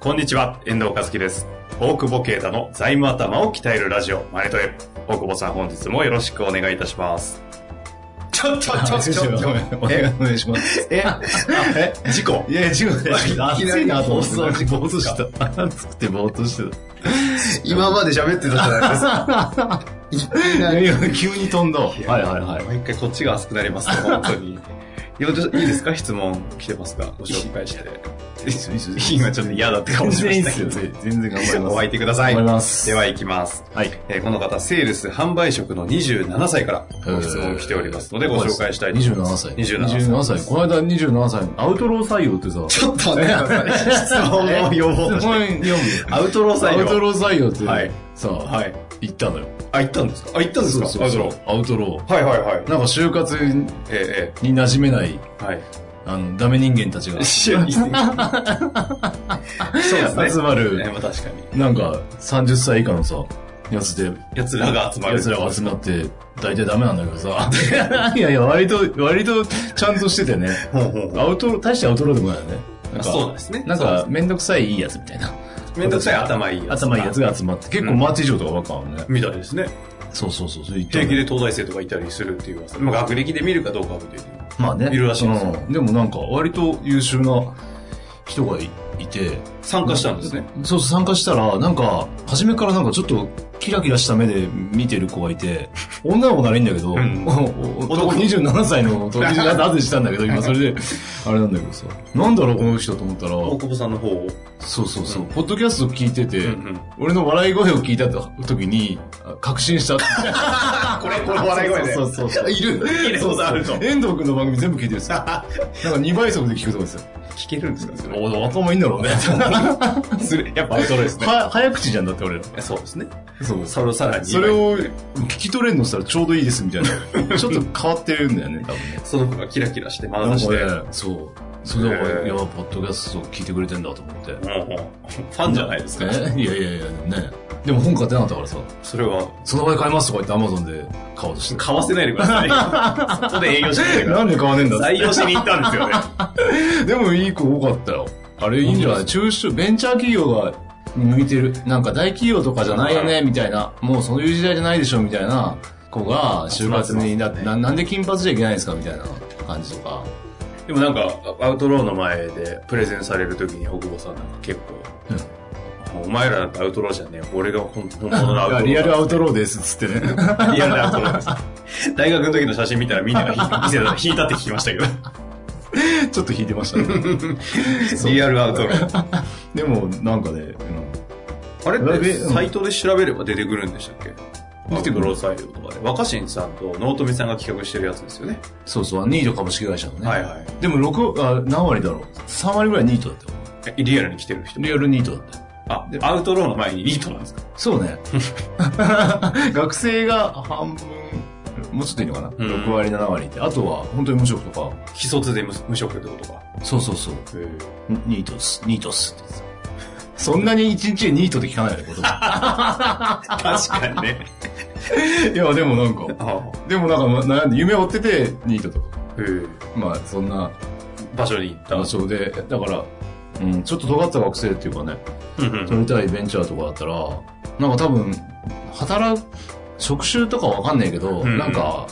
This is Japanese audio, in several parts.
こんにちは、遠藤和樹です。大久保啓太の財務頭を鍛えるラジオ、マネトレ。大久保さん、本日もよろしくお願いいたします。ちょ、ちょ、ちょ、ちょ、ちょ、おえ、願いします。え、え、事故いや、ジムで、いきなりなと思って。 ぼーっとした。暑くてぼーっとして今まで喋ってたじゃないですか。いきなた。り。急に飛んだ。はいやはいはい。毎回こっちが熱くなりますね、本当に。よろしいいですか質問来てますかご紹介して。今ちょっと嫌だったかもしれませんけど。全然頑張ります。お相手ください。頑張りますでは行きます。はい。えーこの方、セールス販売職の27歳からご質問来ておりますので、ご紹介したいと思います。 27歳。 27 27歳。この間27歳。アウトロー採用ってさ。ちょっとね、質問を呼ぼうと質問して。読アウトローむ。採ア用。ウトロー採用ってはいさ、はい。行ったのよ。あ、行ったんですかあ、行ったんですかそうそうそうアウトアロウトロー。はいはいはいー。。なんか就活えに馴染めない、え、ええ、 はい。あの、ダメ人間た ちがそうですね。集まるねまあ確かに。なんか、30歳以下のさ、やつで、奴らが集まる。奴らが集まって、大体ダメなんだけどさ。 いやいや、割と、割と、ちゃんとしててね。ほうほうほうアウトロー、大してアウトローでもないよね。なんあか、そうなんですね。なんそうでか、めんどくさいいいやつみたいな。す、めんどくさい頭いいやつ。頭いいやつが集まって、結構うんマーチ嬢とかばっかなのね。みたいですね。そうそうそう、それ言って平気で東大生とかいたりするっていう噂。まあ学歴で見るかどうかは見てる。まあね。いるらしいですようんでもなんか、割と優秀な人がいいて、参加したんですね。そうそう、参加したら、なんか、初めからなんかちょっと、キラキラした目で見てる子がいて、女の子ならいいんだけど、うんおお男27歳の男になぜしたんだ けど、今それで、あれなんだけどさ、なんだろうこの人と思ったら、大久保さんの方を。そうそうそう、うんポッドキャスト聞いてて、ん。俺の笑い声を聞いた時に、あ確信した。あ、これ、これ笑い声で。そうそうそう。いる いることあると遠藤君の番組全部聞いてるんですよ。なんか2倍速で聞くとかで すよ。聞けるんですかそれ。お頭いいんだろうね。それやっぱアウトローですね。は 早口じゃんだって俺ら。そうですね。そうそれをさらに。それ、を聞き取れんのしたらちょうどいいですみたい な。ちょっと変わってるんだよね、多分ね。その子がキラキラして、まななんして。かね、そう。それで、へーいや、ポッドキャスト聞いてくれてんだと思って。もうもう、ファンじゃないですか。えいやいやいや、ね。でも本買ってなかったからさ、それは、その場で買いますとか言って Amazon で買おうとして。買わせないでください。 そこで営業してくれなんで買わねえんだっ採用しに行ったんですよね。て。でもいい子多かったよ。あれいいんじゃない中小、ベンチャー企業が向いてる。なんか大企業とかじゃないよね、みたいな。もうそういう時代じゃないでしょ、みたいな子が、就活になって、ななんで金髪じゃいけないんですか、みたいな感じとか。 でもなんか、アウトローの前でプレゼンされるときに、大久保さんなんか結構、お前らなんかアウトローじゃねえ。俺が本本物のアウトローだ。リアルアウトローです、つってね。 リアルアウトローです。大学の時の写真見たらみんなが引いてた引いたって聞きました けど。ちょっと引いてましたね。 そうリアルアウトロー。でも、なんかね、うんあれラっベてうんサイトで調べれば出てくるんでしたっけ出てくるアウトロー採用とかで。若新さんと納富さんが企画してるやつですよね。そうそう、ニート株式会社のね。はいはい。でも6、あ、何割だろう ?3 割ぐらいニートだったよ。えリアルに来てる人。リアルニートだったよ。あ、アウトローの前にニートなんですかそう ね。学生が半分、もうちょっといいのかな、ん ?6 割、7割って。あとは、本当に無職とか、既卒で無無職ってことか。そうそうそう、ニートっす、ニートっすって言ってた。 そんなに一日でニートって聞かないよね、言 葉確かに ね。いや、でもなんか、あでもなんか悩んで、夢を追ってて、ニートとか。へーまあ、そんな場所に行った場。所で、だから、うん、ちょっと尖った学生っていうかね、うんうん取りたいベンチャーとかだったら、なんか多分、働く、職種とかわかんないけど、うんなんか、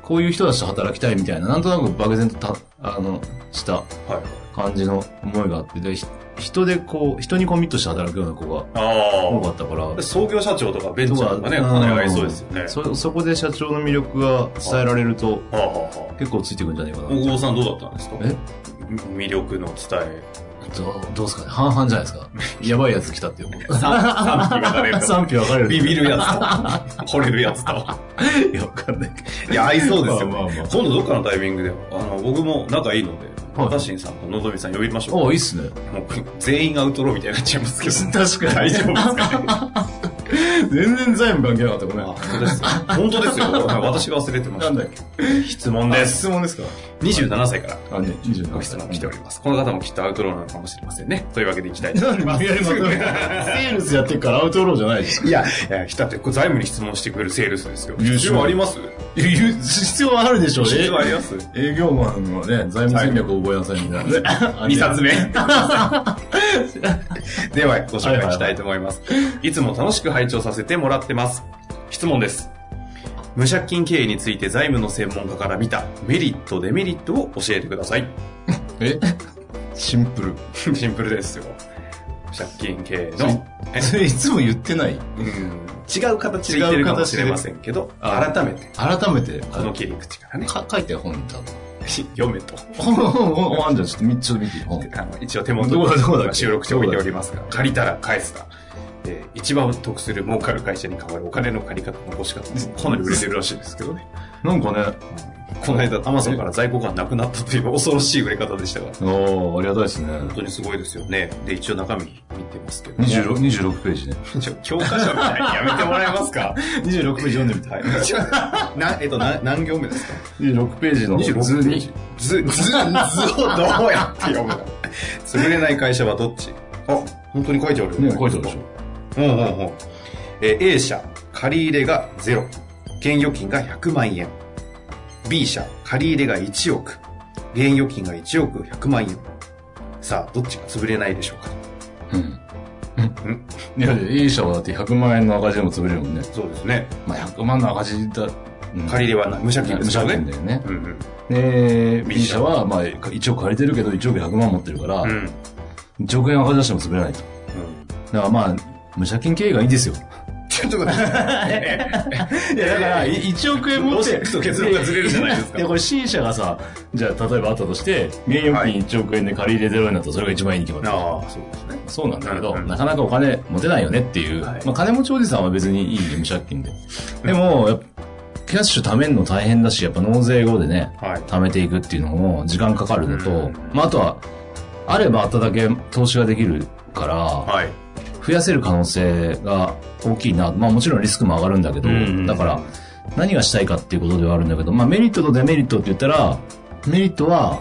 こういう人たちと働きたいみたいな、なんとなく漠然とた、あの、したはい。感じの思いがあって、で、ひ人でこう、人にコミットして働くような子が多あかったから、あ。創業社長とかベンチャーとかね、うん金がいそうですよね。そ、そこで社長の魅力が伝えられると、はあはあはあ結構ついてくるんじゃないかな。大久保さんどうだったんですかえ魅力の伝 え。どどうですかね半々じゃないで すかやばいやつ来たって思った。賛否が出れる賛否分かれる。ビビるやつと、惚れるやつと。いや、わかんないけいや、合いそうですよ、ねまあまあまあ今度どっかのタイミングで、あの、僕も仲いいので、はい若新さんとのぞみさん呼びましょど。うおか。いいっすね。もう全員アウトローみたいになっちゃいますけど。確か大に。丈夫ですかね全然財務関係なかった、ごめん。本当ですよ。本当ですよ。私が忘れてまなしんだっけた。質問であす。質問ですか27歳からあ、ね、27ご質問来ております。この方もきっとアウトローなのかもしれませんね。というわけでいきたいとなん思でいま無す。理やりまとめたセールスやってるからアウトローじゃないでしょ。いや、いやだってこれ財務に質問してくれるセールスですよ。優秀必要あります言う必要はあるでしょう必要あります営業マンのね、財務戦略を覚えなさいみたいなね。 2 冊目。では、ご紹介したいと思います。いつも楽しく拝聴させてもらってます。質問です。無借金経営について財務の専門家から見たメリット、デメリットを教えてください。えシンプル。シンプルですよ。借金経営の、えそれいつも言ってないうん、違う形で言ってるかもしれませんけど、あ改めて、改めて、この切り口からね、か書いて本多分。読めと。本、本、本、本あんじゃん。ちょっとみちょっと見て、本。あの一応手元どこだどこだっにけ収録しておいておりますが、借りたら返すだ。えー一番得する儲かる会社に代わるお金の借り方の残し方もかなり売れてるらしいですけどね。なんかね、この間、アマゾンから在庫がなくなったという恐ろしい売れ方でしたが、おー、ありがたいですね。本当にすごいですよね。で、一応中身見てますけど。 26、26ページね。ちょ教科書みたいにやめてもらえます か26ページ読んでみたい。はい。な、えっと、な何行目ですか26ページの図に。 図、図、図をどうやって読むの潰れない会社はどっちあ、本当に書いてあるよね、書いてあるでしょ。うんうんうん。えー A 社、借り入れが0。現預金が100万円。B 社、借り入れが1億。現預金が1億100万円。さあ、どっちが潰れないでしょうかうん。いや、A 社はだって100万円の赤字でも潰れるもんね。そうですね。まあ、100万の赤字だ。うん借り入れはな無借金ですよ無借ね金。だよね。うんうん。で、 B B 社は、まあ、1億借りてるけど、1億100万持ってるから、うん。 1億円赤字出しても潰れないと。だからまあ、無借金経営がいいんですよ。ちょっと待 って。 いや、だから、1億円持持っってて、結論がずれるじゃないですかいや、これ C 社がさ、じゃあ、例えばあったとして、現預はい金1億円で借り入れゼロになったら、それが一番いいに決まる。ああ、そうですね。そうなんだけど、うんうんなかなかお金持てないよねっていう、はいまあ、金持ちおじさんは別にいいね、無借金で。でも、やっぱキャッシュ貯めるの大変だし、やっぱ納税後でね、はい。貯めていくっていうのも時間かかるのと、うんまあ、あとは、あればあっただけ投資ができるから、はい。増やせる可能性が大きいな。まあもちろんリスクも上がるんだけど、うんだから何がしたいかっていうことではあるんだけど、まあメリットとデメリットって言ったら、メリットは、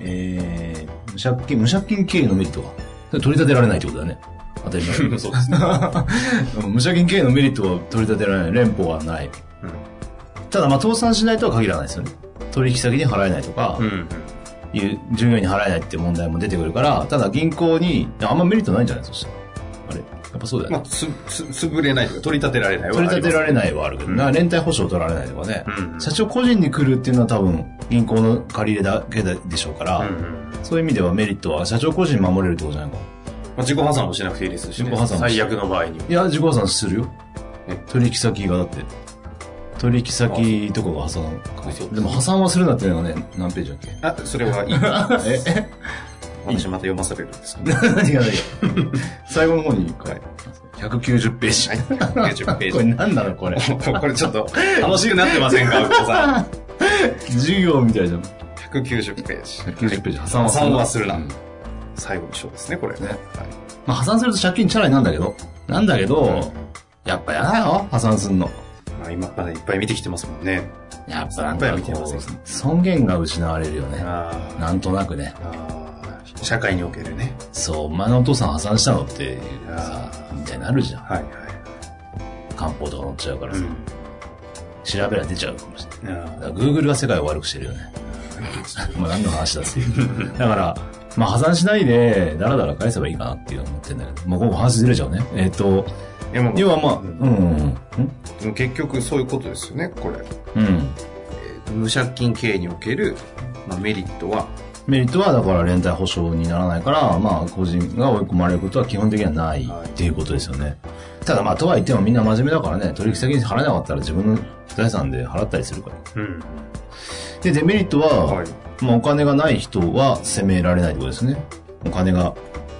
えー、無借金、無借金経営のメリットが。取り立てられないってことだね。当たり 前。そうですね。うん 無借金経営のメリットを取り立てられない。連邦はない。うんただまあ倒産しないとは限らないですよね。取引先に払えないとか、うんうん。いう従業員に払えないっていう問題も出てくるから、ただ銀行に、あんまメリットないんじゃないそしたら。あれやっぱそうだよねまあ、。つ、つ、潰れないというか、取り立てられないはあり取ますり立てられないはあるけど、うんな連帯保証取られないとかね、うんうん社長個人に来るっていうのは多分銀行の借り入れだけでしょうから、うんうん。そういう意味ではメリットは社長個人守れるってことじゃないかまあ、自己破産もしなくていいですし、ね、自己破産もし最悪の場合にはいや自己破産するよえ取引先がだって取引先とかが破産あそうでも破産はするなっていうのがね何ページだっけあ、それはいい。 ええ 私また読まされるんですけど。何が何が 最後の方にこれ190ペー ジ、 90ペこれー何なの これジ。これちょっと楽しくなってません か、お子さん。授業みたいじゃん190ページ。 190ページ破破産はする産はするなうん。最後の章ですね、これ。ねはいまあ、破産すると借金チャラになんだけど。なんだけど、やっぱやだよ、破産すんの。まあ、今までいっぱい見てきてますもんね。やっぱなんかやっぱり見てこますよう、尊厳が失われるよね。あーなんとなくね。あー。社会におけるね。そう、お前のお父さん破産したのってあさー、みたいになるじゃん。はいは漢方とか載っちゃうからい。うさ、ん。調べら出ちゃうかもしれない。あだから Google が世界を悪くしてるよね。 まあ何の話だっていう。だから、まあ破産しないで、だらだら返せばいいかなっていうのは思ってんだけど。もうここ話ずれちゃうね。えっ、と、ーでも要はまあ、ううんん、でも結局そういうことですよね、これ。うん、うん。無借金経営における、まあ、メリットは、メリットはだから連帯保証にならないから、まあ個人が追い込まれることは基本的にはないっていうことですよね。ただまあとはいってもみんな真面目だからね、取引先に払えなかったら自分の財産で払ったりするから。うん。で、デメリットは、はい。まあ、お金がない人は責められないってことですね。お金が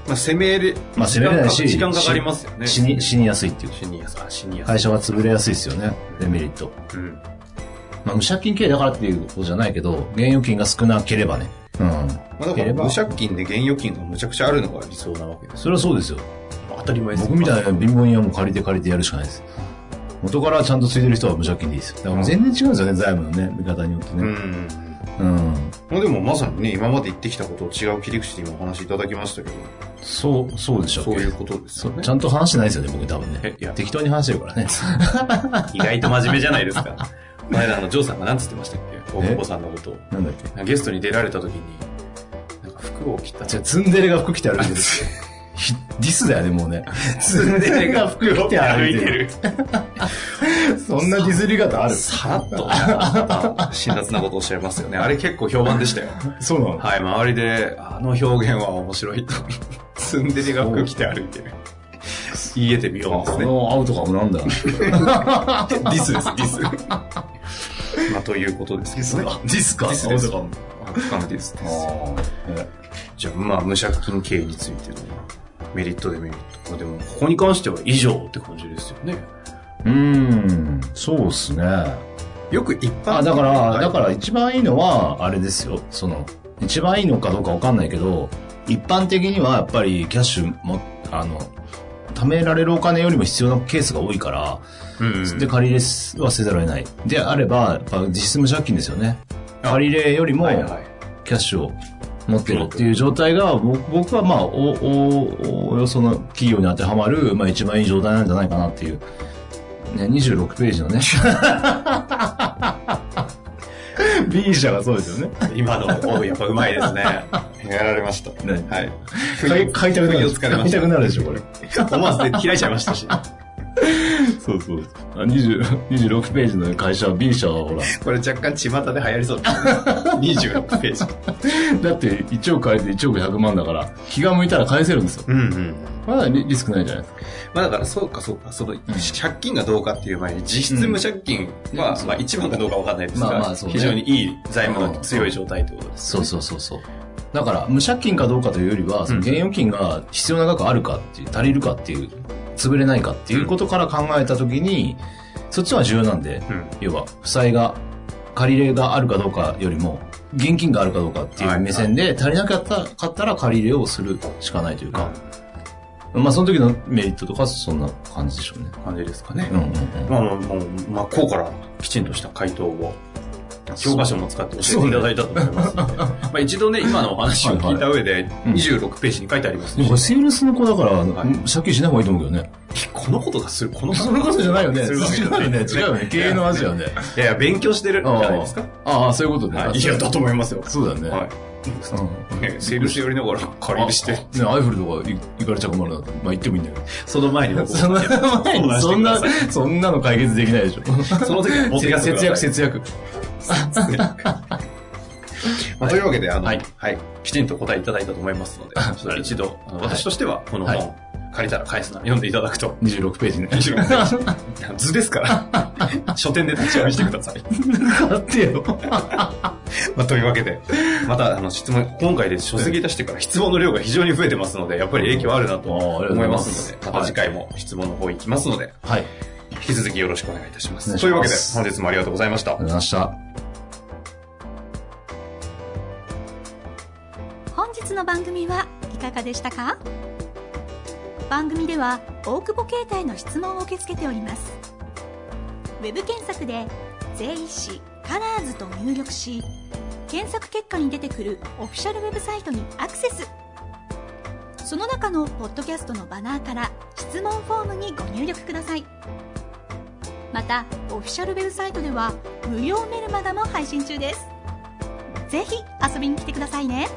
まあ、攻めれ、まあ攻めれないし時間か時間かかりますよね。死に死にやすいっていう。シニアさん、シニアさん。会社が潰れやすいですよね。デメリット。うん。まあ、無借金経営だからっていうことじゃないけど、現預金が少なければね。うん。まあ、だから、無借金で現預金がむちゃくちゃあるのが理想なわけです。それはそうですよ。当たり前僕みたいな。な貧乏人はもう借りて借りてやるしかないです。元からちゃんとついてる人は無借金でいいですよ。だからもう全然違うんですよね、財務のね、見方によってうね。ん。うん。まあ、でもまさにね、今まで言ってきたことを違う切り口で今お話しいただきましたけど、そう、そうでしょそういうことですよねち。ゃんと話してないですよね、僕多分えねいや。適当に話してるからね。 意外と真面目じゃないです か。前のあの、ジョーさんが何つってましたっけ大久保さんのことを。なんだっけ。ゲストに出られた時に、なんか服を着た。じゃあ、ツンデレが服着て歩いてる。ひディスだよね、もうね。ツンデレが服着て歩いてる。。そんなディスり方あるさらっと、あ辛辣なこと をおっしゃいますよね。あれ結構評判でしたよ。そうな のはい、周りで、あの表現は面白いと。 ツンデレが服着て歩いてる。言えてみようですこね。のアウトかもなん だ。 ディスです、ディス。 まあ、ということですけどね。ディスかディスですアウトかも。あ不可能ですあーねじゃあ、まあ、無借金経営についてのメリット、デメリット。まあでも、ここに関しては以上って感じですよね。うーん、そうっすね。よく一般あ、だから、だら、から一番いいのは、あれですよ。その、一番いいのかどうかわかんないけど、一般的にはやっぱりキャッシュも、あの、貯められるお金よりも必要なケースが多いから、うんで、借り入れはせざるを得ない。であれば、やっぱ実質無借金ですよね。借り入れよりも、はいはい。キャッシュを持ってるっていう状態が、僕僕はまあ、お、お、およその企業に当てはまる、まあ一番いい状態なんじゃないかなっていう。ね、26ページの ね。B 社がそうですよね。今の、おやっぱうまいですね。やられました。はい。買い買いたくな不意るをつでしかれょ。ま買いしたくなるでしょ、これ。思わずで開いちゃいましたし。 そうそうあ20 26ページの会社は B 社はほら。これ若干巷で流行り そうですね。26ページ。だって1億借りて1億100万だから、気が向いたら返せるんですよ。うんうん。まだリリスクないじゃないですか。まあだからそうかそうか、その借金がどうかっていう前に、実質無借金は、うんまあ一番かどうかわかんないですが、まあまあそうね非常にいい財務が強い状態ってことです。そうそうそうそう。だから、無借金かどうかというよりは、その現預金が必要な額あるかっていう、足りるかっていう、潰れないかっていうことから考えたときに、そっちは重要なんで、うん要は、負債が、借り入れがあるかどうかよりも、現金があるかどうかっていう目線で、足りなかったかったら借り入れをするしかないというか、まあその時のメリットとか、そんな感じでしょうね。感じですかねうん。うんうん。まあまあ、もう、まあ、こうからきちんとした回答を、教科書も使って教えていただいたと思いますので。 まあ一度ね、今のお話を聞いた上で、い26ページに書いてありますねでもこれセールスの子だから、はいうん借金しない方がいいと思うけどね。このことがする、この そのことじゃないよね。するわけ違じうゃなよいね。 違うよね。経営の話だよね。いやいや、勉強してるんじゃないですか。ああ、そういうことね。はいいや、だと思いますよ。そうだよね。はい。い。ねセールス寄りながら借りるしてね、、アイフルとかい行かれちゃ困るなと。まあ、行ってもいいんだけ その前にど。そん な、そんな、そんなの解決できない でしょ。その時は 節約、節約、節節 約。まあというわけで、あの、ははいい、きちんと答えいただいたと思いますので、ちょっと一度、あの私としては、このは本、い借りたら返すな、読んでいただくと。 26ページ ね。一応 図ですから、 書店で立ち読みしてください。買ってよ。 まあ、というわけで、また、あの、質問、今回で書籍出してから質問の量が非常に増えてますので、やっぱり影響あるなとあーありがとう思ございいまますすので、また次回も質問の方行きますので、はい。あり引き続きよろしくお願いいたしまおす。願いしますというわけで、本日もありがとうございましたがとう。ございました。本日の番組はいかがでしたか番組では大久保携帯の質問を受け付けておりますウェブ検索で「税理士カラーズと入力し検索結果に出てくるオフィシャルウェブサイトにアクセスその中のポッドキャストのバナーから質問フォームにご入力くださいまたオフィシャルウェブサイトでは無料メルマガも配信中ですぜひ遊びに来てくださいね